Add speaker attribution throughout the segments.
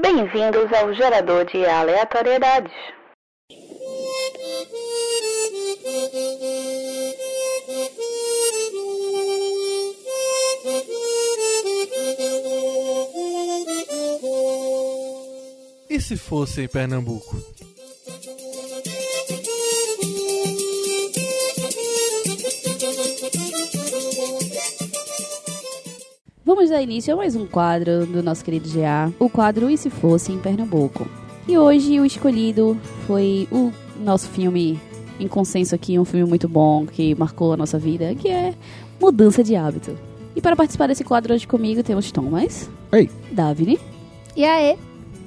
Speaker 1: Bem-vindos ao gerador de aleatoriedades.
Speaker 2: E se fosse em Pernambuco?
Speaker 3: Vamos dar início a mais um quadro do nosso querido GA, o quadro E Se Fosse em Pernambuco. E hoje o escolhido foi o nosso filme em consenso aqui, um filme muito bom que marcou a nossa vida, que é Mudança de Hábito. E para participar desse quadro hoje comigo temos Thomas,
Speaker 4: Ei.
Speaker 3: Davine
Speaker 5: E aí?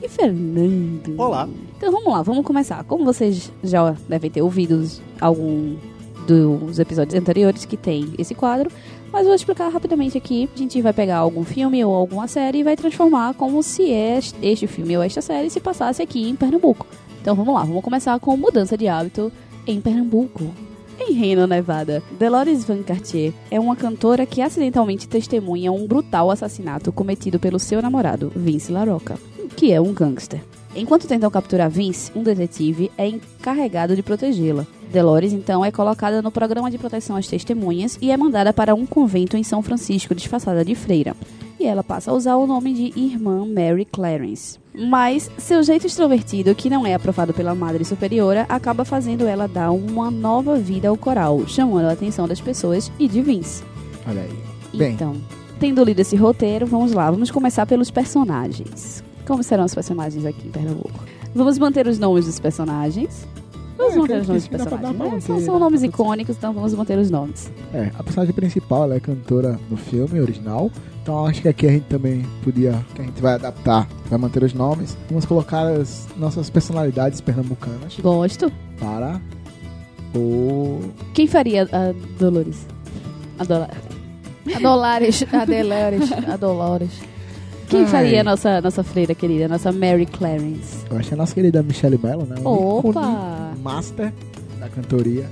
Speaker 3: e Fernando.
Speaker 4: Olá.
Speaker 3: Então vamos lá, vamos começar. Como vocês já devem ter ouvido algum dos episódios anteriores que tem esse quadro, mas vou explicar rapidamente aqui. A gente vai pegar algum filme ou alguma série e vai transformar como se es- este filme ou esta série se passasse aqui em Pernambuco. Então vamos lá, vamos começar com Mudança de Hábito em Pernambuco. Em Reno, Nevada, Dolores Van Cartier é uma cantora que acidentalmente testemunha um brutal assassinato cometido pelo seu namorado, Vince LaRocca, que é um gangster. Enquanto tentam capturar Vince, um detetive é encarregado de protegê-la. Delores, então, é colocada no programa de proteção às testemunhas e é mandada para um convento em São Francisco, disfarçada de freira. E ela passa a usar o nome de Irmã Mary Clarence. Mas seu jeito extrovertido, que não é aprovado pela Madre Superiora, acaba fazendo ela dar uma nova vida ao coral, chamando a atenção das pessoas e de Vince.
Speaker 4: Olha aí. Bem.
Speaker 3: Então, tendo lido esse roteiro, vamos lá. Vamos começar pelos personagens. Como serão os personagens aqui em Pernambuco? Vamos manter os nomes dos personagens. Vamos
Speaker 4: É,
Speaker 3: manter
Speaker 4: creio
Speaker 3: os nomes dos
Speaker 4: que dá pra- dá
Speaker 3: personagens.
Speaker 4: pra
Speaker 3: né? São,
Speaker 4: manter,
Speaker 3: são
Speaker 4: dá pra
Speaker 3: nomes
Speaker 4: manter.
Speaker 3: icônicos, então vamos manter os nomes.
Speaker 4: É, a personagem principal ela é cantora no filme original. Então acho que aqui a gente também podia. Que a gente vai adaptar, vai manter os nomes. Vamos colocar as nossas personalidades pernambucanas
Speaker 3: Gosto.
Speaker 4: para o.
Speaker 3: Quem faria a Dolores? A, Dola-
Speaker 5: A Dolares, a Delores.
Speaker 3: a Dolores. Quem
Speaker 4: Ai.
Speaker 3: faria a nossa, nossa freira querida, a nossa Mary Clarence?
Speaker 4: Eu acho que é a nossa querida Michelle Mello, né? Um ícone
Speaker 3: Opa!
Speaker 4: master da cantoria.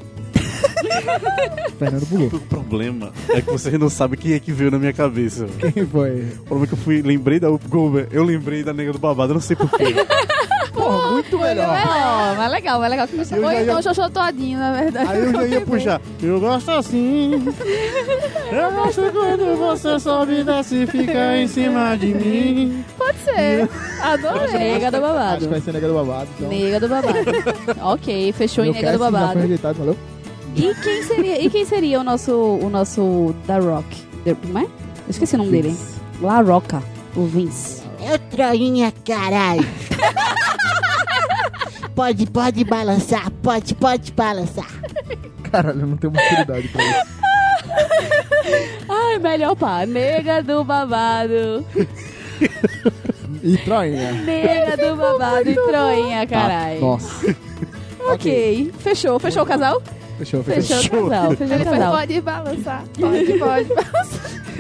Speaker 4: Fernando Bulu.
Speaker 6: O problema é que vocês não sabem quem é que veio na minha cabeça.
Speaker 4: Quem foi?
Speaker 6: O problema é que eu fui, lembrei da Up Goldberg, eu lembrei da Nega do Babado, eu não sei porquê.
Speaker 4: Pô, muito melhor.
Speaker 3: Oh, mas legal, mas legal que me
Speaker 4: Eu
Speaker 5: Ou
Speaker 4: já ia-
Speaker 5: então Xoxô Todinho, na verdade.
Speaker 6: Aí eu já ia puxar. Eu gosto assim. Eu gosto quando você sobe e desce e fica em cima de mim.
Speaker 5: Pode ser. Adorei.
Speaker 3: Nega do
Speaker 4: Acho que
Speaker 3: babado.
Speaker 4: vai ser nega do babado. Então.
Speaker 3: Nega do babado. ok, fechou em
Speaker 4: Meu
Speaker 3: Nega é do
Speaker 4: casting Já foi
Speaker 3: babado.
Speaker 4: rejeitado, valeu?
Speaker 3: E quem seria, e quem seria o nosso o nosso da Rock? The- Como é? Eu esqueci o nome dele. La Roca, o Vince.
Speaker 7: É troinha, caralho. pode, pode balançar, pode, pode balançar.
Speaker 4: Caralho, eu não tenho maturidade pra isso.
Speaker 3: Ai, melhor pá, nega do babado.
Speaker 4: E troinha.
Speaker 3: Nega do babado e troinha,
Speaker 4: Ah,
Speaker 3: carai.
Speaker 4: Nossa.
Speaker 3: ok, fechou, fechou o casal?
Speaker 4: Fechou, fechou.
Speaker 3: Fechou, o casal, fechou o
Speaker 5: Ele foi,
Speaker 3: casal.
Speaker 5: pode balançar. Pode, pode.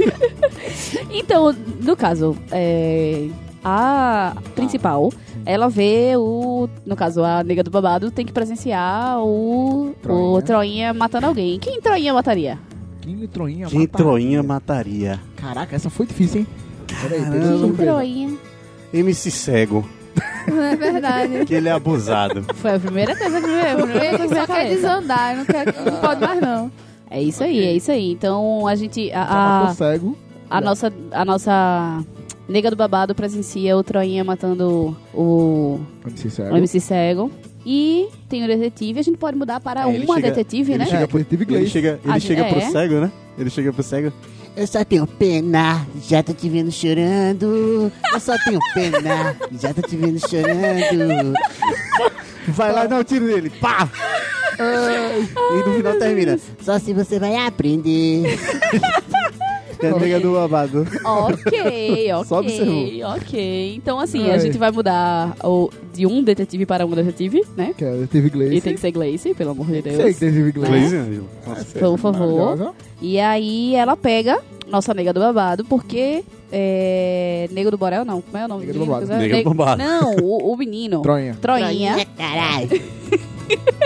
Speaker 3: Então, no caso, é, a principal,
Speaker 4: Ah.
Speaker 3: ela vê o. No caso, a nega do babado tem que presenciar o.
Speaker 4: Troinha.
Speaker 3: O Troinha matando alguém. Quem Troinha mataria?
Speaker 4: Quem troinha
Speaker 6: Quem
Speaker 4: mataria?
Speaker 6: troinha mataria?
Speaker 4: Caraca, essa foi difícil, hein? Peraí, deixa eu
Speaker 3: Quem
Speaker 4: ver.
Speaker 3: Troinha?
Speaker 6: MC Cego,
Speaker 5: Não é verdade.
Speaker 6: que ele é abusado.
Speaker 3: Foi a primeira coisa que me veio. a primeira
Speaker 5: Ele
Speaker 3: coisa que veio à
Speaker 5: só quer
Speaker 3: cabeça.
Speaker 5: desandar, não, quer, não pode mais não.
Speaker 3: É isso aí, é isso aí. Então a gente.
Speaker 4: Só matou
Speaker 3: A, a,
Speaker 4: Tá cego.
Speaker 3: a nossa. A nossa. Nega do babado presencia o Troinha matando o,
Speaker 4: MC cego.
Speaker 3: o MC Cego. E tem o detetive, a gente pode mudar para
Speaker 6: É, ele
Speaker 3: uma
Speaker 6: chega-
Speaker 3: detetive,
Speaker 6: ele
Speaker 3: né?
Speaker 4: É,
Speaker 6: chega pro-
Speaker 4: detetive
Speaker 6: Ele
Speaker 4: inglês.
Speaker 6: chega, ele
Speaker 3: Ah,
Speaker 6: chega pro
Speaker 3: é?
Speaker 6: cego, né? Ele chega pro cego.
Speaker 7: Eu só tenho pena, já tô te vendo chorando. Eu só tenho pena, já tô te vendo chorando.
Speaker 6: Vai lá e dá um tiro nele. Pá! e no final termina.
Speaker 7: Só se você vai aprender.
Speaker 6: É a nega do babado.
Speaker 3: Ok, ok.
Speaker 6: Só observou.
Speaker 3: Ok. Então, assim, a
Speaker 4: Ai.
Speaker 3: gente vai mudar o, de um detetive para um detetive, né?
Speaker 4: Que é detetive inglês.
Speaker 3: E tem que ser Glace, pelo amor de
Speaker 4: Sei
Speaker 3: Deus.
Speaker 4: que detetive inglês.
Speaker 6: Glaze Angel. Nossa,
Speaker 4: Essa é
Speaker 3: Por favor.
Speaker 4: maravilhosa.
Speaker 3: E aí ela pega nossa nega do babado, porque. É. Nego do Borel, não. Como é o nome
Speaker 4: Nega do
Speaker 3: menino?
Speaker 4: babado.
Speaker 6: Nega do babado.
Speaker 3: Não, o, o menino.
Speaker 4: Troinha.
Speaker 3: Troinha.
Speaker 7: Troinha, caralho.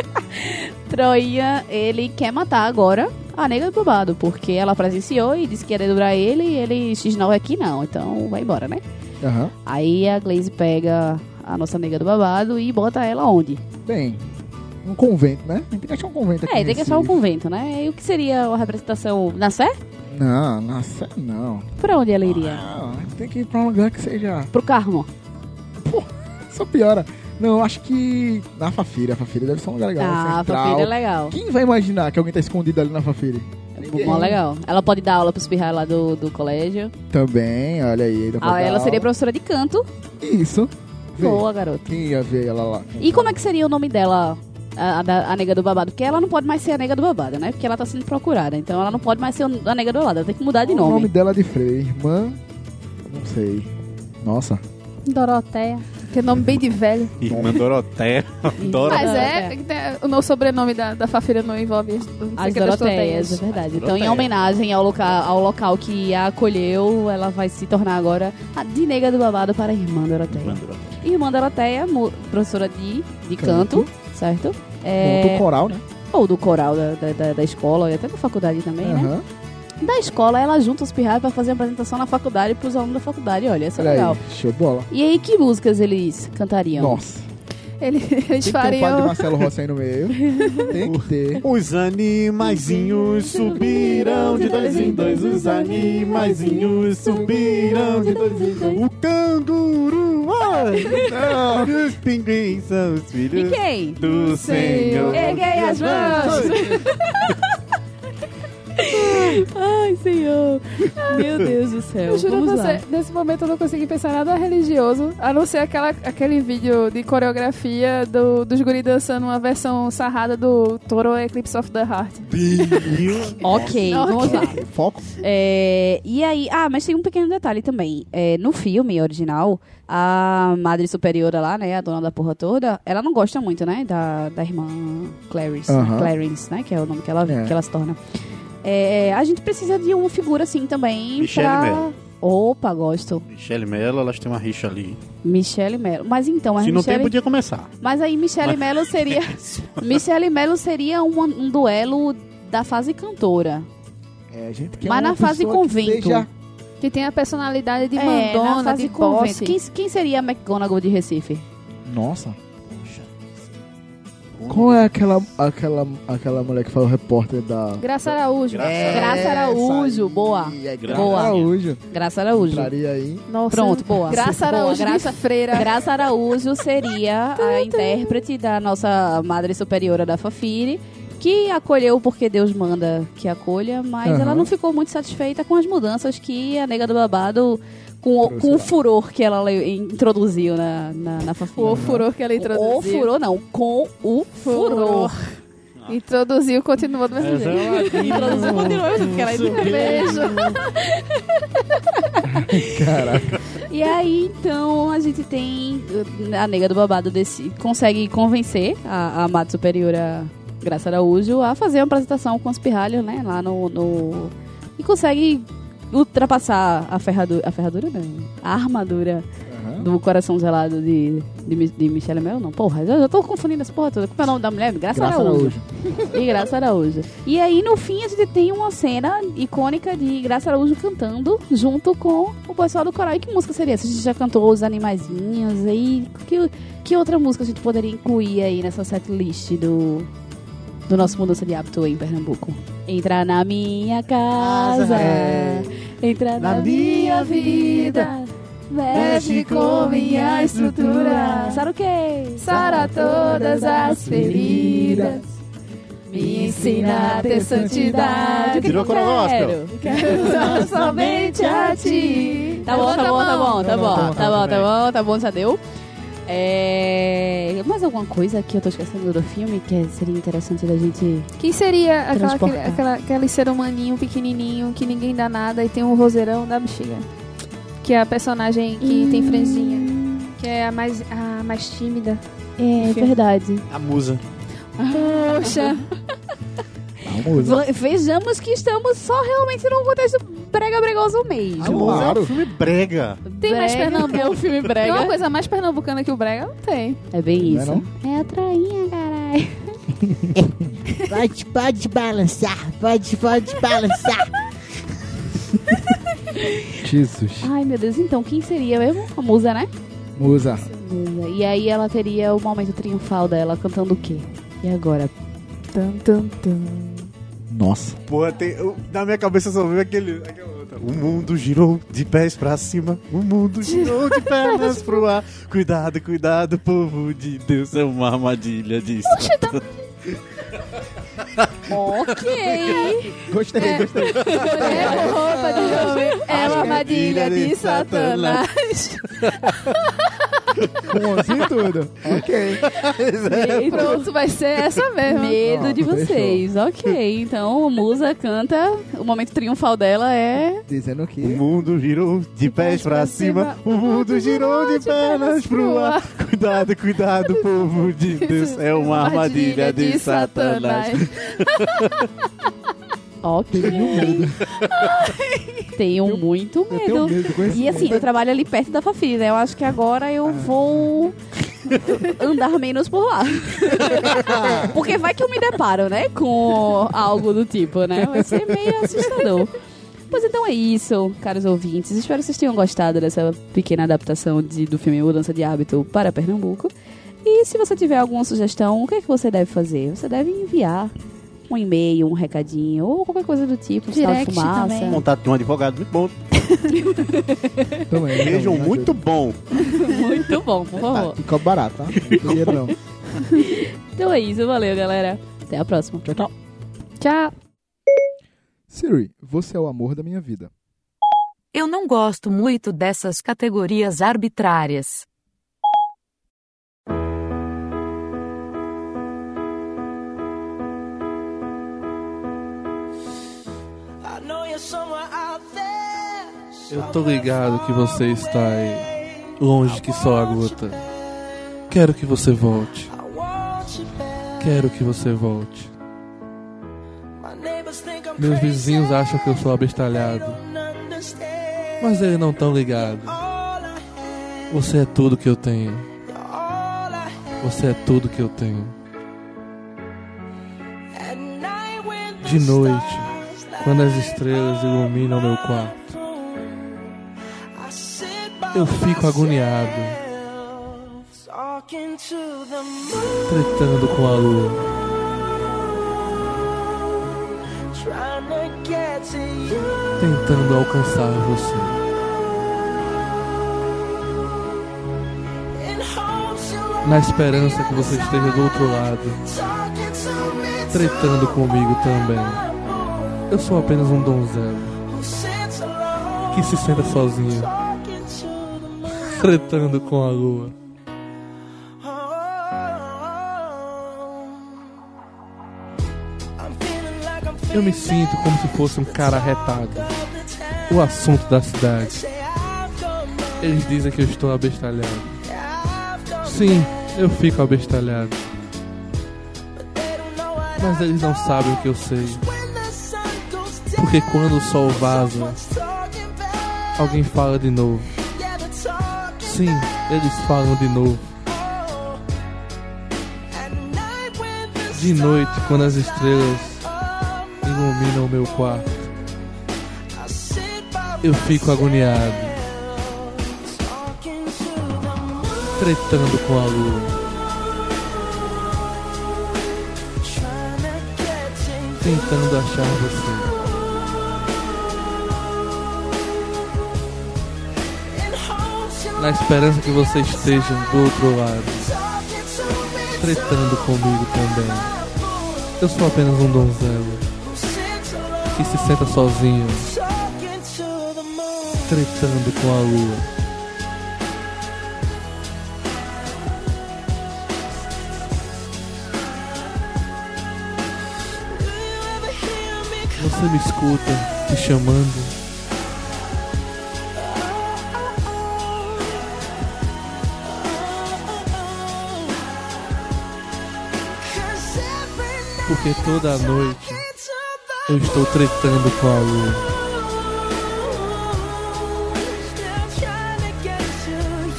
Speaker 3: Troinha, ele quer matar agora a nega do babado, porque ela presenciou e disse que ia dobrar ele, e ele X9 aqui não, é então vai embora, né?
Speaker 4: Aham.
Speaker 3: Aí a Glaze pega a nossa nega do babado e bota ela onde?
Speaker 4: Bem, um convento, né? Tem que achar um convento aqui.
Speaker 3: É,
Speaker 4: em
Speaker 3: tem que achar o
Speaker 4: Recife.
Speaker 3: convento, né? E o que seria a representação na Sé?
Speaker 4: Não, nossa, não.
Speaker 3: Pra onde ela iria?
Speaker 4: Ah, tem que ir pra um lugar que seja.
Speaker 3: Pro Carmo.
Speaker 4: Só piora. Não, eu acho que. Na Fafira. A Fafira deve ser um lugar legal.
Speaker 3: Ah, a
Speaker 4: central.
Speaker 3: Fafira é legal.
Speaker 4: Quem vai imaginar que alguém tá escondido ali na Fafira? Ninguém.
Speaker 3: Bom, legal. Ela pode dar aula pros pirrais lá do, do colégio.
Speaker 4: Também, olha aí. dá pra
Speaker 3: Ah,
Speaker 4: dar
Speaker 3: ela seria
Speaker 4: aula.
Speaker 3: professora de canto.
Speaker 4: Isso. Vê,
Speaker 3: Boa, garota.
Speaker 4: Quem ia ver ela lá?
Speaker 3: E como é que seria o nome dela, a, a da- a nega do babado? Porque ela não pode mais ser a nega do babado, né? Porque ela tá sendo procurada. Então ela não pode mais ser a nega do lado. Ela tem que mudar de
Speaker 4: O
Speaker 3: nome.
Speaker 4: nome dela é de Freire. Irmã. Não sei. Nossa.
Speaker 5: Doroteia. Que nome bem de velho.
Speaker 6: Irmã Doroteia. Doro...
Speaker 5: Mas
Speaker 3: Doroteia.
Speaker 5: é, né, o meu sobrenome da, da Fafira não envolve
Speaker 3: As
Speaker 5: as, as
Speaker 3: Doroteias, é
Speaker 5: Doroteias.
Speaker 3: verdade.
Speaker 6: As
Speaker 3: Então, em
Speaker 6: Doroteias.
Speaker 3: homenagem ao local, ao local que a acolheu, ela vai se tornar agora a de nega do babado para a irmã
Speaker 6: Irmã
Speaker 3: Doroteia.
Speaker 6: Doroteia.
Speaker 3: Irmã Doroteia, mu- professora de, de canto, certo?
Speaker 4: Conto
Speaker 3: É,
Speaker 4: coral, né?
Speaker 3: ou do coral da, da- da, da escola, e até da faculdade também, né?
Speaker 4: Aham.
Speaker 3: Da escola, ela junta os pirrais pra fazer a apresentação na faculdade pros alunos da faculdade. Olha, isso é
Speaker 4: Olha
Speaker 3: legal.
Speaker 4: aí. Show de bola.
Speaker 3: E aí, que músicas eles cantariam?
Speaker 4: Nossa.
Speaker 5: Ele- Eles
Speaker 4: Tem que ter um padre
Speaker 5: fariam.
Speaker 4: Marcelo Rossi aí no meio. Tem que ter.
Speaker 6: Os animaizinhos subiram de dois em dois. Os animaizinhos subiram de dois em dois. O canguru, ai, não, e os pinguins são os
Speaker 3: E é
Speaker 6: filhos
Speaker 3: quem?
Speaker 6: do Senhor.
Speaker 3: Erguei as mãos! Ai, senhor! Meu Deus do céu.
Speaker 5: Eu juro
Speaker 3: Vamos
Speaker 5: a
Speaker 3: lá.
Speaker 5: você, nesse momento eu não consegui pensar em nada religioso, a não ser aquela, aquele vídeo de coreografia do, dos guri dançando uma versão sarrada do Toro Eclipse of the Heart.
Speaker 3: Ok, vamos lá.
Speaker 4: Foco.
Speaker 3: É, e aí, ah, mas tem um pequeno detalhe também. É, no filme original, a madre superiora lá, né, a dona da porra toda, ela não gosta muito, né, da, da irmã Clarice,
Speaker 4: Aham.
Speaker 3: Clarence, né, que é o nome que ela,
Speaker 4: É.
Speaker 3: que ela se torna. É, a gente precisa de uma figura assim também
Speaker 6: Michele
Speaker 3: pra...
Speaker 6: Mello.
Speaker 3: Opa, gosto.
Speaker 6: É, Michelle Mello, elas têm uma rixa ali.
Speaker 3: Michelle Mello. Mas então, mas
Speaker 6: Se não tem,
Speaker 3: Michele-
Speaker 6: podia começar.
Speaker 3: mas aí Michelle
Speaker 6: Mas-
Speaker 3: Mello seria... Michelle Mello seria um, um duelo da fase cantora.
Speaker 4: É, gente, que
Speaker 3: Mas
Speaker 4: é uma
Speaker 3: na fase
Speaker 4: pessoa que
Speaker 3: convento.
Speaker 4: seja-
Speaker 5: Que tem a personalidade de
Speaker 3: É, na
Speaker 5: mandona,
Speaker 3: fase
Speaker 5: de
Speaker 3: convento.
Speaker 5: boss.
Speaker 3: Quem, quem seria a McGonagall de Recife?
Speaker 4: Nossa. Qual é aquela, aquela, aquela mulher que foi o repórter da...
Speaker 5: Graça Araújo.
Speaker 6: Graça. É,
Speaker 3: Graça Araújo, boa.
Speaker 4: É
Speaker 6: Graça
Speaker 3: Boa.
Speaker 4: Araújo.
Speaker 3: Graça Araújo.
Speaker 4: Entraria aí.
Speaker 5: Nossa.
Speaker 3: Pronto, boa.
Speaker 5: Graça
Speaker 3: Boa,
Speaker 5: Araújo
Speaker 3: Graça,
Speaker 5: de Freira.
Speaker 3: Graça Araújo seria a intérprete da nossa madre superiora da Fafiri, que acolheu porque Deus manda que acolha, mas
Speaker 4: Aham.
Speaker 3: ela não ficou muito satisfeita com as mudanças que a nega do babado, com, o-
Speaker 4: Trouxe
Speaker 3: com o
Speaker 4: lá.
Speaker 3: furor que ela le- introduziu na, na, na Fafiri.
Speaker 5: O furor que ela
Speaker 3: O
Speaker 5: introduziu.
Speaker 3: furor não, com o furor.
Speaker 5: Introduziu, continuou do mesmo jeito.
Speaker 3: Introduziu, continuou, porque ela é
Speaker 5: Beijo.
Speaker 4: Caraca.
Speaker 3: E aí, então, a gente tem. uh, A nega do babado desse, consegue convencer a, a amada superiora Graça Araújo a fazer uma apresentação com os pirralhos, né? Lá no. no- e consegue ultrapassar a ferradura. A ferradura não. A armadura
Speaker 4: Aham.
Speaker 3: do coração gelado de, de, Mi- de Michelle Mel, não. Porra, eu já tô confundindo essa porra toda. Como é o nome da mulher? Graça,
Speaker 4: Graça
Speaker 3: Araújo.
Speaker 4: Araújo.
Speaker 3: E Graça Araújo. E aí, no fim, a gente tem uma cena icônica de Graça Araújo cantando junto com o pessoal do coral. E que música seria essa? A gente já cantou Os Animaizinhos, aí... Que, que outra música a gente poderia incluir aí nessa setlist do... Do nosso Mudança de Hábito em Pernambuco. Entra na minha casa, entra É. na,
Speaker 6: na minha
Speaker 3: minha vida, mexe com minha estrutura. Sabe o é quê?
Speaker 5: Sara todas as feridas. Me ensina a ter santidade.
Speaker 3: O que
Speaker 6: Virou
Speaker 3: que eu
Speaker 6: corogospel.
Speaker 3: quero?
Speaker 5: Quero somente a ti.
Speaker 3: Tá bom, tá bom, tá bom, tá
Speaker 4: Não, não,
Speaker 3: bom,
Speaker 4: tá
Speaker 3: tá bom,
Speaker 6: bom,
Speaker 3: tá bom, tá bom, já deu. É... Mais alguma coisa que eu tô esquecendo do filme que seria interessante da gente...
Speaker 5: Quem seria aquela, aquele,
Speaker 3: Transportar.
Speaker 5: aquela, aquele ser humaninho pequenininho que ninguém dá nada e tem um roseirão da bexiga? Que é a personagem
Speaker 3: Hum.
Speaker 5: que tem franzinha. Que é a mais, a mais tímida.
Speaker 3: É
Speaker 5: Enfim.
Speaker 3: verdade.
Speaker 6: A musa.
Speaker 5: Poxa.
Speaker 4: Vamos.
Speaker 3: V- Vejamos que estamos só realmente num contexto brega bregoso
Speaker 6: A
Speaker 3: mesmo.
Speaker 6: musa é
Speaker 4: Claro.
Speaker 6: um filme brega.
Speaker 5: Tem mais Pernambuco.
Speaker 3: É um filme
Speaker 5: Tem uma
Speaker 3: brega.
Speaker 5: coisa mais pernambucana que o Brega? Não tem.
Speaker 3: É bem
Speaker 4: Não é
Speaker 3: isso. É a trainha, caralho.
Speaker 7: Pode, pode balançar, pode, pode balançar.
Speaker 4: Jesus.
Speaker 3: Ai, meu Deus, então quem seria mesmo? A musa, né?
Speaker 4: Musa.
Speaker 3: Musa. E aí ela teria o momento triunfal dela cantando o quê? E agora?
Speaker 5: Tum, tum, tum.
Speaker 4: Nossa.
Speaker 6: Porra, tem, eu- na minha cabeça só veio aquele. aquela outra. O mundo girou de pés pra cima, o mundo girou de pernas pro ar. Cuidado, cuidado, povo de Deus, é uma armadilha de Satan.
Speaker 3: Ok!
Speaker 4: Gostei, gostei.
Speaker 5: É roupa de homem, é uma armadilha de
Speaker 6: de
Speaker 5: Satanás.
Speaker 4: Com onzinho e tudo. Ok.
Speaker 5: Pronto, vai ser essa mesmo.
Speaker 3: Medo de
Speaker 4: Pronto,
Speaker 3: vocês. Ok, então a musa canta. O momento triunfal dela é.
Speaker 4: Dizendo que.
Speaker 6: O mundo girou de pés pra cima, o mundo girou de pernas pro ar. Cuidado, cuidado, povo de Deus, é uma armadilha de Satanás.
Speaker 3: Ok.
Speaker 6: um
Speaker 3: Tenho muito
Speaker 4: Eu
Speaker 6: um
Speaker 4: tenho
Speaker 3: medo.
Speaker 4: medo com esse
Speaker 3: E assim, eu trabalho ali perto da Fafi, né? Eu acho que agora eu vou andar menos por lá. Porque vai que eu me deparo, né? Com algo do tipo, né? Vai ser meio assustador. Pois então é isso, caros ouvintes. Espero que vocês tenham gostado dessa pequena adaptação de- do filme Mudança de Hábito para Pernambuco. E se você tiver alguma sugestão, o que é que você deve fazer? Você deve enviar um e-mail, um recadinho, ou qualquer coisa do tipo, um sinal de
Speaker 5: Direct
Speaker 3: fumaça.
Speaker 5: também.
Speaker 6: Contato de um advogado muito bom.
Speaker 4: Também,
Speaker 6: Vejam,
Speaker 4: também,
Speaker 6: muito bom.
Speaker 3: Muito bom, por
Speaker 4: ajuda.
Speaker 3: favor.
Speaker 4: Ah, e cobre barato, tá? Não tem dinheiro não.
Speaker 3: Então é isso, valeu, galera. Até a próxima.
Speaker 4: Tchau, tchau.
Speaker 5: Tchau.
Speaker 4: Siri, você é o amor da minha vida.
Speaker 8: Eu não gosto muito dessas categorias arbitrárias.
Speaker 2: Eu tô ligado que você está aí, longe que só a gota. Quero que você volte. Quero que você volte. Meus vizinhos acham que eu sou abestalhado, mas eles não tão ligados. Você é tudo que eu tenho. Você é tudo que eu tenho. De noite, quando as estrelas iluminam meu quarto. Eu fico agoniado. Tretando com a lua. Tentando alcançar você. Na esperança que você esteja do outro lado. Tretando comigo também. Eu sou apenas um donzelo que se senta sozinho tretando com a lua. Eu me sinto como se fosse um cara retado. O assunto da cidade. Eles dizem que eu estou abestalhado. Sim, eu fico abestalhado. Mas eles não sabem o que eu sei. Porque quando o sol vaza, alguém fala de novo. Sim, eles falam de novo. De noite, quando as estrelas iluminam o meu quarto, eu fico agoniado, tretando com a lua, tentando achar você. Na esperança que você esteja do outro lado, tretando comigo também. Eu sou apenas um donzelo que se senta sozinho, tretando com a lua. Você me escuta te chamando. Porque toda noite eu estou tretando com a lua.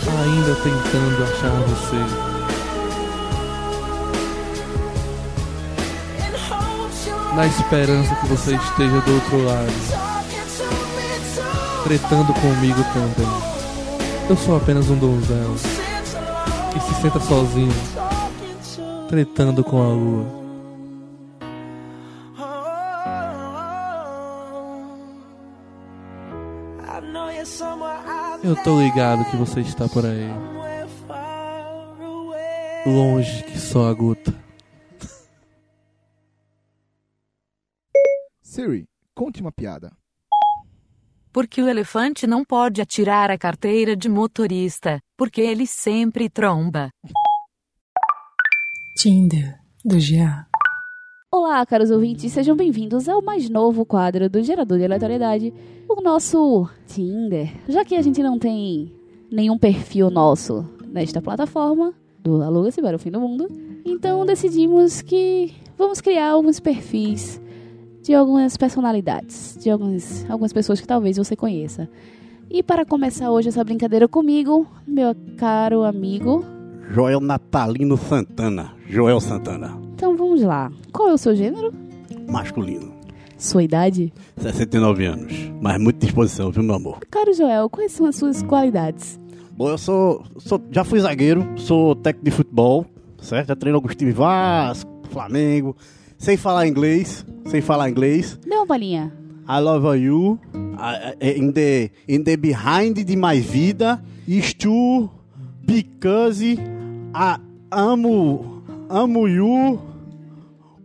Speaker 2: Ainda tentando achar você. Na esperança que você esteja do outro lado. tretando comigo também. Eu sou apenas um donzão que se senta sozinho, tretando com a lua. Eu tô ligado que você está por aí, longe que só a gota.
Speaker 4: Siri, conte uma piada.
Speaker 8: Porque o elefante não pode atirar a carteira de motorista, porque ele sempre tromba.
Speaker 9: Tinder, do GA.
Speaker 3: Olá, caros ouvintes, sejam bem-vindos ao mais novo quadro do Gerador de Aleatoriedade, o nosso Tinder. Já que a gente não tem nenhum perfil nosso nesta plataforma, do Aluga-se para o Fim do Mundo, então decidimos que vamos criar alguns perfis de algumas personalidades, de algumas, algumas pessoas que talvez você conheça. E para começar hoje essa brincadeira comigo, meu caro amigo,
Speaker 10: Joel Natalino Santana. Joel Santana.
Speaker 3: então vamos lá. Qual é o seu gênero?
Speaker 10: Masculino.
Speaker 3: Sua idade?
Speaker 10: 69 anos. Mas muita disposição, viu, meu amor?
Speaker 3: Caro Joel, quais são as suas qualidades?
Speaker 10: Bom, eu sou. sou- já fui zagueiro, sou técnico de futebol, certo? Já treino alguns times Vasco, Flamengo. Sem falar inglês. Sem falar inglês.
Speaker 3: Dê uma palhinha.
Speaker 10: I love you. I- I- In the, in the behind de my vida. Is to because I amo. Amo you.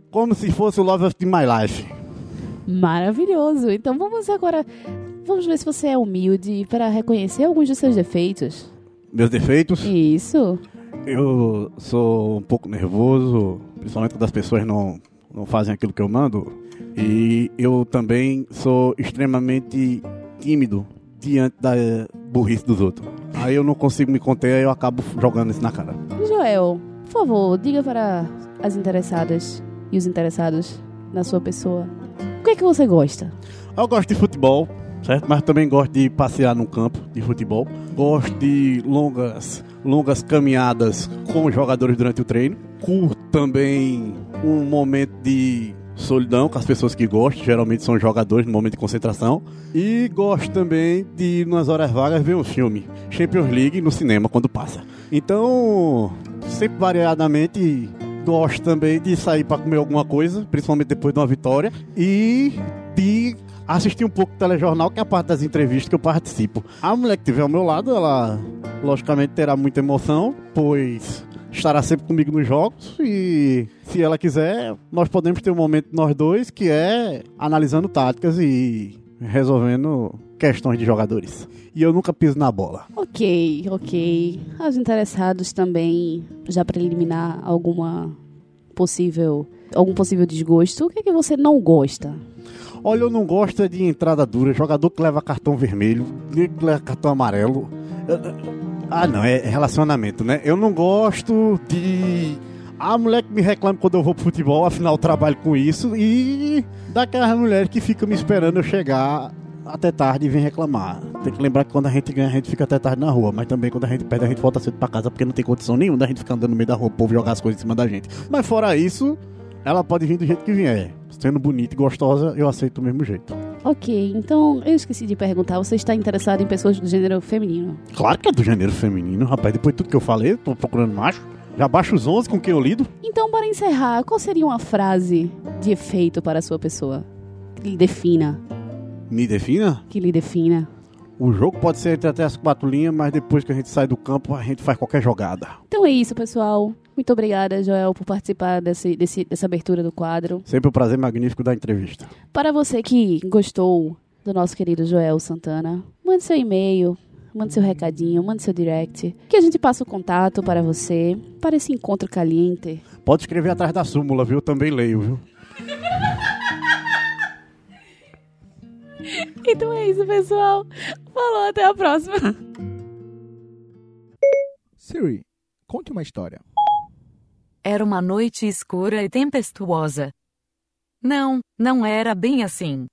Speaker 10: Como se fosse o love of my life.
Speaker 3: Maravilhoso. Então vamos agora. Vamos ver se você é humilde para reconhecer alguns dos seus defeitos.
Speaker 10: Meus defeitos.
Speaker 3: Isso.
Speaker 10: Eu sou um pouco nervoso, principalmente quando as pessoas não, não fazem aquilo que eu mando. E eu também sou extremamente tímido diante da eh, burrice dos outros. Aí eu não consigo me conter, aí eu acabo jogando isso na cara.
Speaker 3: Joel, por favor, diga para as interessadas e os interessados na sua pessoa. O que é que você gosta?
Speaker 10: Eu gosto de futebol, certo? Mas também gosto de passear no campo de futebol. Gosto de longas, longas caminhadas com os jogadores durante o treino. Curto também um momento de solidão com as pessoas que gostam, geralmente são jogadores no momento de concentração. E gosto também de, nas horas vagas, ver um filme, Champions League, no cinema quando passa. Então, sempre variadamente. Gosto também de sair para comer alguma coisa, principalmente depois de uma vitória. E de assistir um pouco o telejornal, que é a parte das entrevistas que eu participo. A mulher que estiver ao meu lado, ela logicamente terá muita emoção, pois estará sempre comigo nos jogos e se ela quiser, nós podemos ter um momento nós dois que é analisando táticas e resolvendo questões de jogadores. E eu nunca piso na bola.
Speaker 3: Ok, ok. Aos interessados também, já para eliminar alguma possível. algum possível desgosto, o que é que você não gosta?
Speaker 10: Olha, eu não gosto é de entrada dura, jogador que leva cartão vermelho, nego que leva cartão amarelo. Eu- eu- Ah, não, é relacionamento, né? Eu não gosto de. A mulher que me reclama quando eu vou pro futebol, afinal eu trabalho com isso, e daquelas mulheres que ficam me esperando eu chegar até tarde e vem reclamar. Tem que lembrar que quando a gente ganha, a gente fica até tarde na rua, mas também quando a gente perde, a gente volta cedo pra casa, porque não tem condição nenhuma da gente ficar andando no meio da rua, o povo jogar as coisas em cima da gente. Mas fora isso, ela pode vir do jeito que vier. Sendo bonita e gostosa, eu aceito do mesmo jeito.
Speaker 3: Ok, então eu esqueci de perguntar, você está interessado em pessoas do gênero feminino?
Speaker 10: Claro que é do gênero feminino, rapaz. Depois de tudo que eu falei, tô procurando macho. Já baixo os 11 com quem eu lido.
Speaker 3: Então, para encerrar, qual seria uma frase de efeito para a sua pessoa? Que lhe defina,
Speaker 10: Me defina.
Speaker 3: que lhe defina.
Speaker 10: O jogo pode ser entre até as quatro linhas, mas depois que a gente sai do campo, a gente faz qualquer jogada.
Speaker 3: Então é isso, pessoal. Muito obrigada, Joel, por participar desse, desse- dessa abertura do quadro.
Speaker 10: Sempre o prazer magnífico da entrevista.
Speaker 3: Para você que gostou do nosso querido Joel Santana, mande seu e-mail, mande seu recadinho, mande seu direct, que a gente passa o contato para você, para esse encontro caliente.
Speaker 10: Pode escrever atrás da súmula, viu? Eu também leio, viu?
Speaker 3: Então é isso, pessoal. Falou, até a próxima.
Speaker 4: Siri, conte uma história.
Speaker 8: Era uma noite escura e tempestuosa. Não, não era bem assim.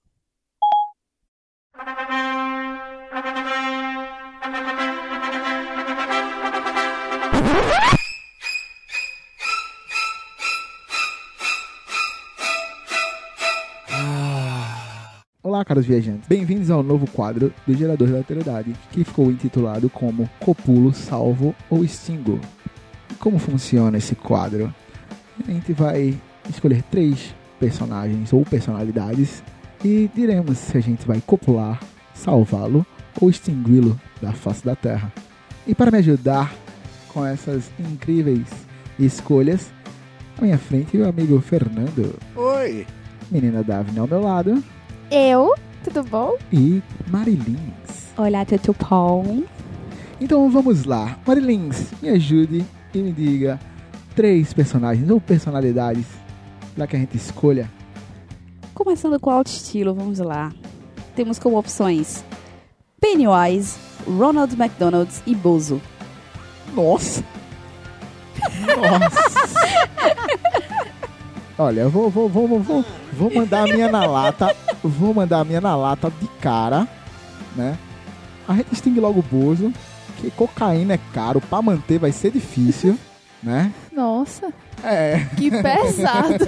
Speaker 4: Olá, caros viajantes. Bem-vindos ao novo quadro do Gerador da Alteridade, que ficou intitulado como Copulo, Salvo ou Extingo. E Como funciona esse quadro? A gente vai escolher três personagens ou personalidades e diremos se a gente vai copular, salvá-lo ou extingui-lo da face da Terra. E para me ajudar com essas incríveis escolhas, à minha frente o amigo Fernando,
Speaker 10: Oi!
Speaker 4: menina Davina ao meu lado
Speaker 5: Eu? Tudo bom?
Speaker 4: e Marilins.
Speaker 3: Olá, Tutu Pom.
Speaker 4: Então vamos lá. Marilins, me ajude e me diga três personagens ou personalidades lá que a gente escolha.
Speaker 3: Começando com alto estilo, vamos lá. Temos como opções Pennywise, Ronald McDonald e Bozo.
Speaker 4: Nossa! Nossa! Olha, eu vou, vou, vou, vou, vou, vou mandar a minha na lata. Vou mandar a minha na lata de cara, né? A gente extingue logo o Bozo, que cocaína é caro, pra manter vai ser difícil, né?
Speaker 5: Nossa,
Speaker 4: É.
Speaker 5: que pesado.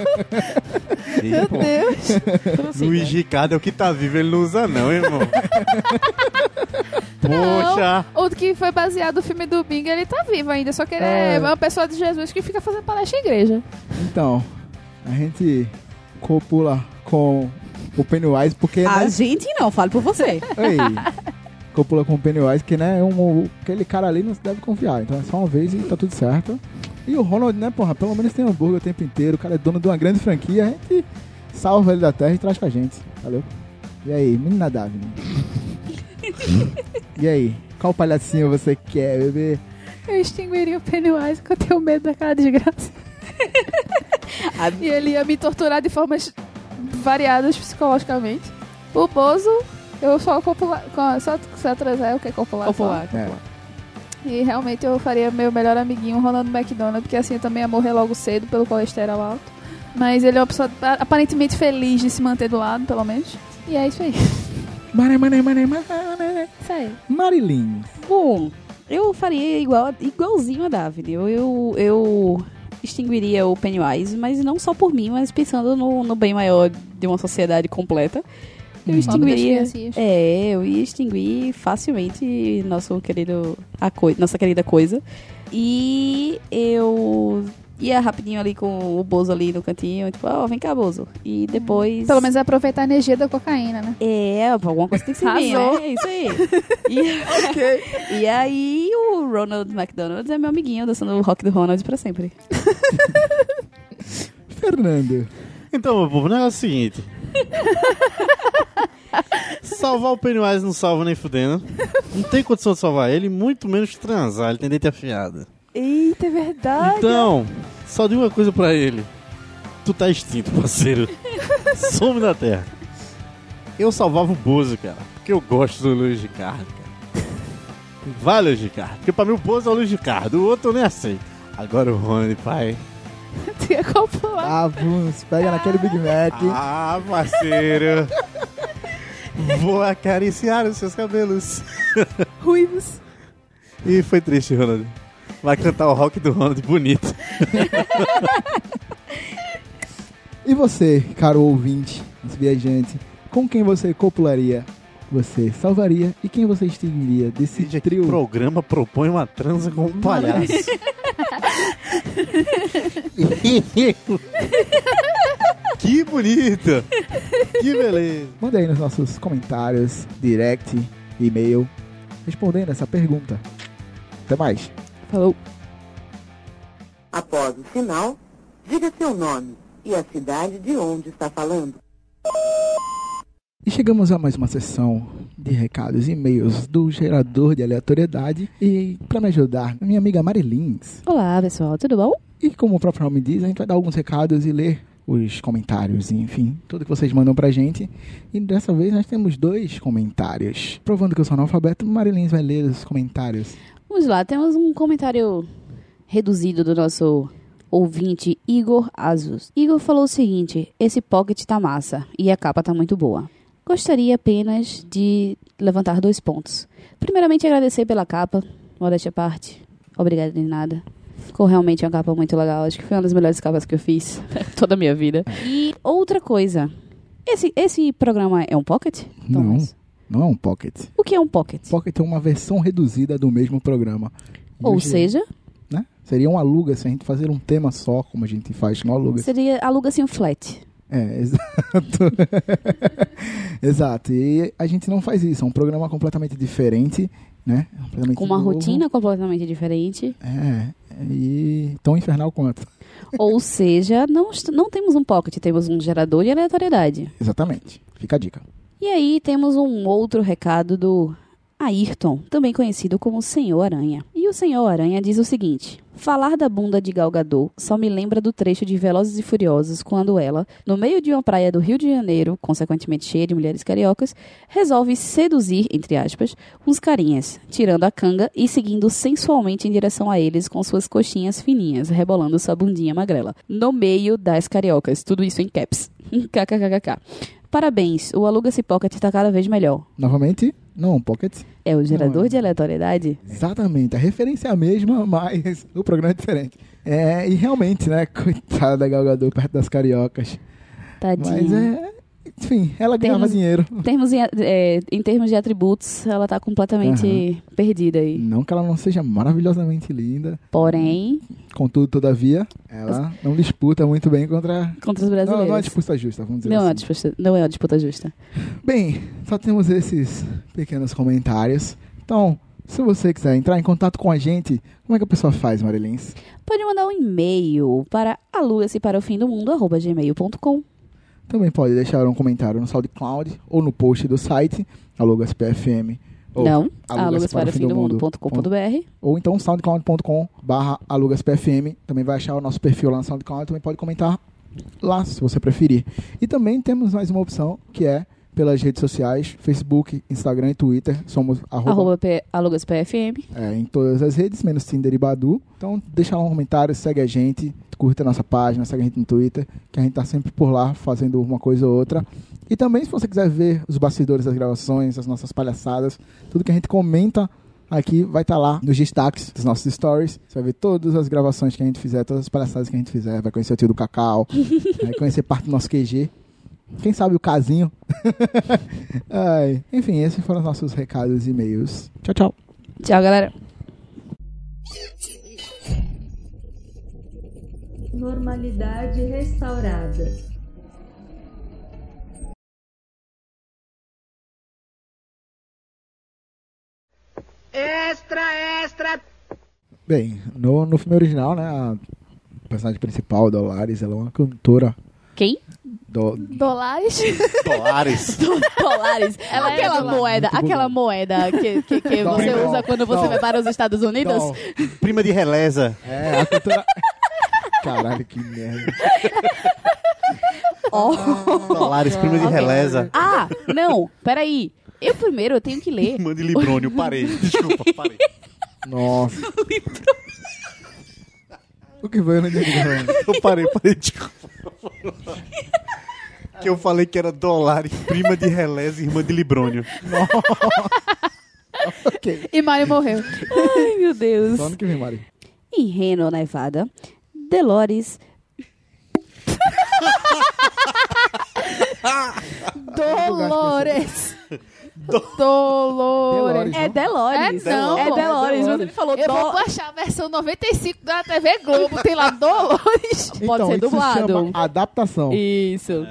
Speaker 5: Meu Deus.
Speaker 10: Luiz Ricardo é o que tá vivo, ele não usa não, irmão. Poxa!
Speaker 5: O que foi baseado no filme do Bing, ele tá vivo ainda, só que ele é,
Speaker 4: É.
Speaker 5: uma pessoa de Jesus que fica fazendo palestra em igreja.
Speaker 4: Então, a gente copula com o Pennywise porque,
Speaker 3: A
Speaker 4: né?
Speaker 3: gente não, falo por você.
Speaker 4: Ei, copula com o Pennywise que, né, é um, aquele cara ali não se deve confiar. Então é só uma vez e tá tudo certo. E o Ronald, né, porra, pelo menos tem hambúrguer o tempo inteiro. O cara é dono de uma grande franquia. A gente salva ele da terra e traz pra gente. Valeu? E aí, menina Davi? e aí, qual palhacinho você quer, bebê?
Speaker 5: Eu extinguiria o Pennywise porque eu tenho medo daquela desgraça.
Speaker 3: A-
Speaker 5: E ele ia me torturar de formas variadas psicologicamente. O Bozo, eu só copula, com- só, só trazer o que é copular. só.
Speaker 3: Popular.
Speaker 4: É,
Speaker 5: E realmente eu faria meu melhor amiguinho, Ronald McDonald, porque assim eu também ia morrer logo cedo pelo colesterol alto. Mas ele é uma pessoa a- aparentemente feliz de se manter do lado, pelo menos. E é isso aí.
Speaker 4: Maré, maré, maré, maré.
Speaker 5: Isso aí.
Speaker 4: Marilyn.
Speaker 3: Bom, eu faria igual, igualzinho a Daphne. Eu, eu, eu extinguiria o Pennywise, mas não só por mim, mas pensando no, no bem maior de uma sociedade completa. Eu
Speaker 5: Uhum.
Speaker 3: extinguiria. É, eu ia extinguir facilmente nosso querido, a coi- nossa querida coisa. E eu ia rapidinho ali com o Bozo ali no cantinho, tipo, ó, vem cá, Bozo. E depois.
Speaker 5: Pelo menos aproveitar a energia da cocaína, né?
Speaker 3: É, alguma coisa tem que servir,
Speaker 5: Arrasou.
Speaker 3: né? É isso aí. E, e aí o Ronald McDonald é meu amiguinho, dançando o rock do Ronald pra sempre.
Speaker 4: Fernando.
Speaker 10: Então, meu povo, o negócio é o seguinte. Salvar o Pennywise não salva nem fudendo. Não tem condição de salvar ele, muito menos transar, ele tem dente afiado.
Speaker 5: Eita, é verdade.
Speaker 10: Então, só digo uma coisa pra ele. Tu tá extinto, parceiro. Some da terra. Eu salvava o Bozo, cara. Porque eu gosto do Luiz Ricardo, cara. Vai, Luiz Ricardo. Porque pra mim o Bozo é o Luiz Ricardo. O outro eu nem aceito. Agora o Rony, pai.
Speaker 5: Tu ia copular.
Speaker 4: Ah, vamos, pega naquele Big Mac.
Speaker 10: Ah, parceiro. Vou acariciar os seus cabelos.
Speaker 5: Ruivos.
Speaker 10: E foi triste, Ronald. Vai cantar o rock do Ronald bonito.
Speaker 4: E você, caro ouvinte, nosso viajante, com quem você copularia? Você salvaria e quem você extinguiria desse
Speaker 10: Veja que
Speaker 4: trio?
Speaker 10: programa propõe uma transa com um palhaço. que bonito! Que beleza!
Speaker 4: Manda aí nos nossos comentários, direct, e-mail, respondendo essa pergunta. Até mais.
Speaker 3: Falou.
Speaker 11: Após o sinal, diga seu nome e a cidade de onde está falando.
Speaker 4: E chegamos a mais uma sessão de recados e e-mails do gerador de aleatoriedade. E para me ajudar, minha amiga Marilins.
Speaker 3: Olá, pessoal, tudo bom?
Speaker 4: E como o próprio nome diz, a gente vai dar alguns recados e ler os comentários, enfim, tudo que vocês mandam pra gente. E dessa vez nós temos dois comentários. Provando que eu sou analfabeto, Marilins vai ler os comentários.
Speaker 3: Vamos lá, temos um comentário reduzido do nosso ouvinte Igor Azus. Igor falou o seguinte: esse pocket tá massa e a capa tá muito boa. Gostaria apenas de levantar dois pontos. Primeiramente, agradecer pela capa, modéstia à parte. Obrigada de nada. Ficou realmente uma capa muito legal. Acho que foi uma das melhores capas que eu fiz toda a minha vida. E outra coisa. Esse, esse programa é um pocket?
Speaker 4: Não, não é um pocket.
Speaker 3: O que é um pocket?
Speaker 4: Pocket é uma versão reduzida do mesmo programa.
Speaker 3: Ou
Speaker 4: Hoje,
Speaker 3: seja,
Speaker 4: né? Seria um aluga se a gente fazer um tema só, como a gente faz no aluga.
Speaker 3: seria aluga-se um flat.
Speaker 4: É, exato. exato. E a gente não faz isso. É um programa completamente diferente, né? Completamente
Speaker 3: Com uma
Speaker 4: novo.
Speaker 3: rotina completamente diferente.
Speaker 4: É. E tão infernal quanto.
Speaker 3: Ou seja, não, est- não temos um pocket, temos um gerador de aleatoriedade.
Speaker 4: Exatamente. Fica a dica.
Speaker 3: E aí temos um outro recado do Ayrton, também conhecido como Senhor Aranha. E o Senhor Aranha diz o seguinte: Falar da bunda de Galgador só me lembra do trecho de Velozes e Furiosos quando ela, no meio de uma praia do Rio de Janeiro, consequentemente cheia de mulheres cariocas, resolve seduzir, entre aspas, uns carinhas, tirando a canga e seguindo sensualmente em direção a eles com suas coxinhas fininhas, rebolando sua bundinha magrela. No meio das cariocas, tudo isso em caps. KKKKK. Parabéns, o Aluga-se Pocket tá cada vez melhor.
Speaker 4: Novamente, não é um pocket.
Speaker 3: É o gerador de aleatoriedade?
Speaker 4: Exatamente, a referência é a mesma, mas o programa é diferente. É, e realmente, né? Coitada da Galgador perto das cariocas.
Speaker 3: Tadinha. um
Speaker 4: Mas é. Enfim, ela ganhava
Speaker 3: Termos-
Speaker 4: dinheiro.
Speaker 3: Termos em, a- é, em termos de atributos, ela tá completamente perdida aí.
Speaker 4: Não que ela não seja maravilhosamente linda.
Speaker 3: Porém,
Speaker 4: Contudo, todavia, ela não disputa muito bem contra.
Speaker 3: contra os
Speaker 4: Não,
Speaker 3: brasileiros.
Speaker 4: não é uma disputa justa, vamos dizer
Speaker 3: Não é uma
Speaker 4: assim.
Speaker 3: disputa, não é uma disputa justa.
Speaker 4: Bem, só temos esses pequenos comentários. Então, se você quiser entrar em contato com a gente, como é que a pessoa faz, Marilins?
Speaker 3: Pode mandar um e-mail para aluga-se para o fim do mundo, arroba gmail.com.
Speaker 4: Também pode deixar um comentário no SoundCloud ou no post do site alugaspfm. ou
Speaker 3: Não,
Speaker 4: alugas para o fim do mundo ponto com ponto
Speaker 3: alugasparaofindomundo.com.br.
Speaker 4: Ou então soundcloud.com barra alugaspfm. Também vai achar o nosso perfil lá no SoundCloud. Também pode comentar lá, se você preferir. E também temos mais uma opção, que é pelas redes sociais, Facebook, Instagram e Twitter. Somos arroba,
Speaker 3: Arroba P- alugas.pfm.
Speaker 4: é, em todas as redes, menos Tinder e Badu. Então deixa lá um comentário, segue a gente, curta a nossa página, segue a gente no Twitter, que a gente tá sempre por lá fazendo uma coisa ou outra. E também se você quiser ver os bastidores das gravações, as nossas palhaçadas, tudo que a gente comenta aqui vai estar lá nos destaques dos nossos stories. Você vai ver todas as gravações que a gente fizer, todas as palhaçadas que a gente fizer, vai conhecer o tio do Cacau, vai conhecer parte do nosso QG. Quem sabe o casinho. Ai, Enfim, esses foram os nossos recados e e-mails. Tchau, tchau.
Speaker 3: Tchau, galera.
Speaker 12: Normalidade restaurada.
Speaker 13: Extra, extra!
Speaker 4: Bem, no, no filme original, né, a personagem principal, Dolares, ela é uma cantora.
Speaker 3: Quem?
Speaker 4: Do,
Speaker 5: Dolares?
Speaker 4: Dolares?
Speaker 3: Dólares.
Speaker 5: Ela é
Speaker 3: aquela
Speaker 5: dólar.
Speaker 3: moeda,
Speaker 5: Muito
Speaker 3: aquela moeda que, que, que
Speaker 5: Dó.
Speaker 3: você
Speaker 5: Dó.
Speaker 3: usa quando você
Speaker 5: Dó.
Speaker 3: vai para os Estados Unidos.
Speaker 5: Dó.
Speaker 6: Prima de releza.
Speaker 4: É, a cantora... Caralho, que merda.
Speaker 6: Dolares, prima de
Speaker 3: Ok.
Speaker 6: releza.
Speaker 3: Ah, não, peraí. Eu primeiro eu tenho que ler.
Speaker 6: Mande Librônio, parei. Desculpa, parei.
Speaker 4: Nossa. O que foi? Eu não entendi.
Speaker 6: Eu parei, parei, desculpa. Que eu falei que era Dolares, prima de releza e irmã de Librônio.
Speaker 5: E Mari morreu.
Speaker 3: Ai, meu Deus.
Speaker 4: Só ano que vem, Mari.
Speaker 3: Em Reno, Nevada, Delores.
Speaker 5: Dolores. Dolores.
Speaker 3: É Delores.
Speaker 5: É não,
Speaker 3: É
Speaker 5: pô.
Speaker 3: Delores, você me falou
Speaker 5: Eu
Speaker 3: Dó-
Speaker 5: vou baixar a versão 95 da TV Globo, tem lá Dolores.
Speaker 3: Pode ser
Speaker 4: Então, isso se
Speaker 3: dublado.
Speaker 4: chama adaptação.
Speaker 3: Isso.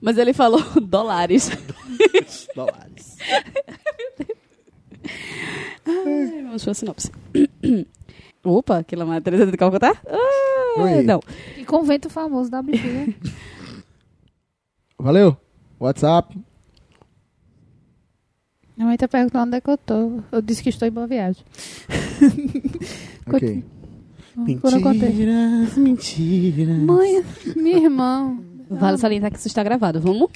Speaker 3: Mas ele falou dólares.
Speaker 4: Dolares.
Speaker 3: Ai, vamos para a sinopse. Opa, aquela matéria do Calcutá? Ah,
Speaker 4: Oi.
Speaker 3: não.
Speaker 5: E convento famoso da BG, né?
Speaker 4: Valeu. WhatsApp.
Speaker 5: Minha mãe tá perguntando onde é que eu tô. Eu disse que estou em boa viagem.
Speaker 4: Ok.
Speaker 5: Por enquanto.
Speaker 6: Mentiras, mentiras.
Speaker 5: Mãe, minha irmã.
Speaker 3: Vale salientar que isso está gravado, vamos?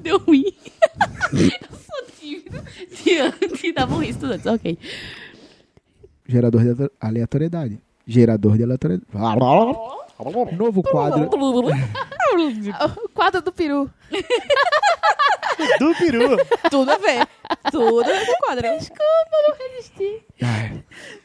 Speaker 3: Deu ruim. Eu sou tímida diante da burrice dos outros. Ok.
Speaker 4: Gerador de aleator- aleatoriedade. Gerador de aleatoriedade. Novo quadro.
Speaker 5: O quadro do peru.
Speaker 6: Do peru.
Speaker 3: Tudo a ver. Tudo a ver com o quadro.
Speaker 5: Desculpa, não resisti.
Speaker 4: Ai.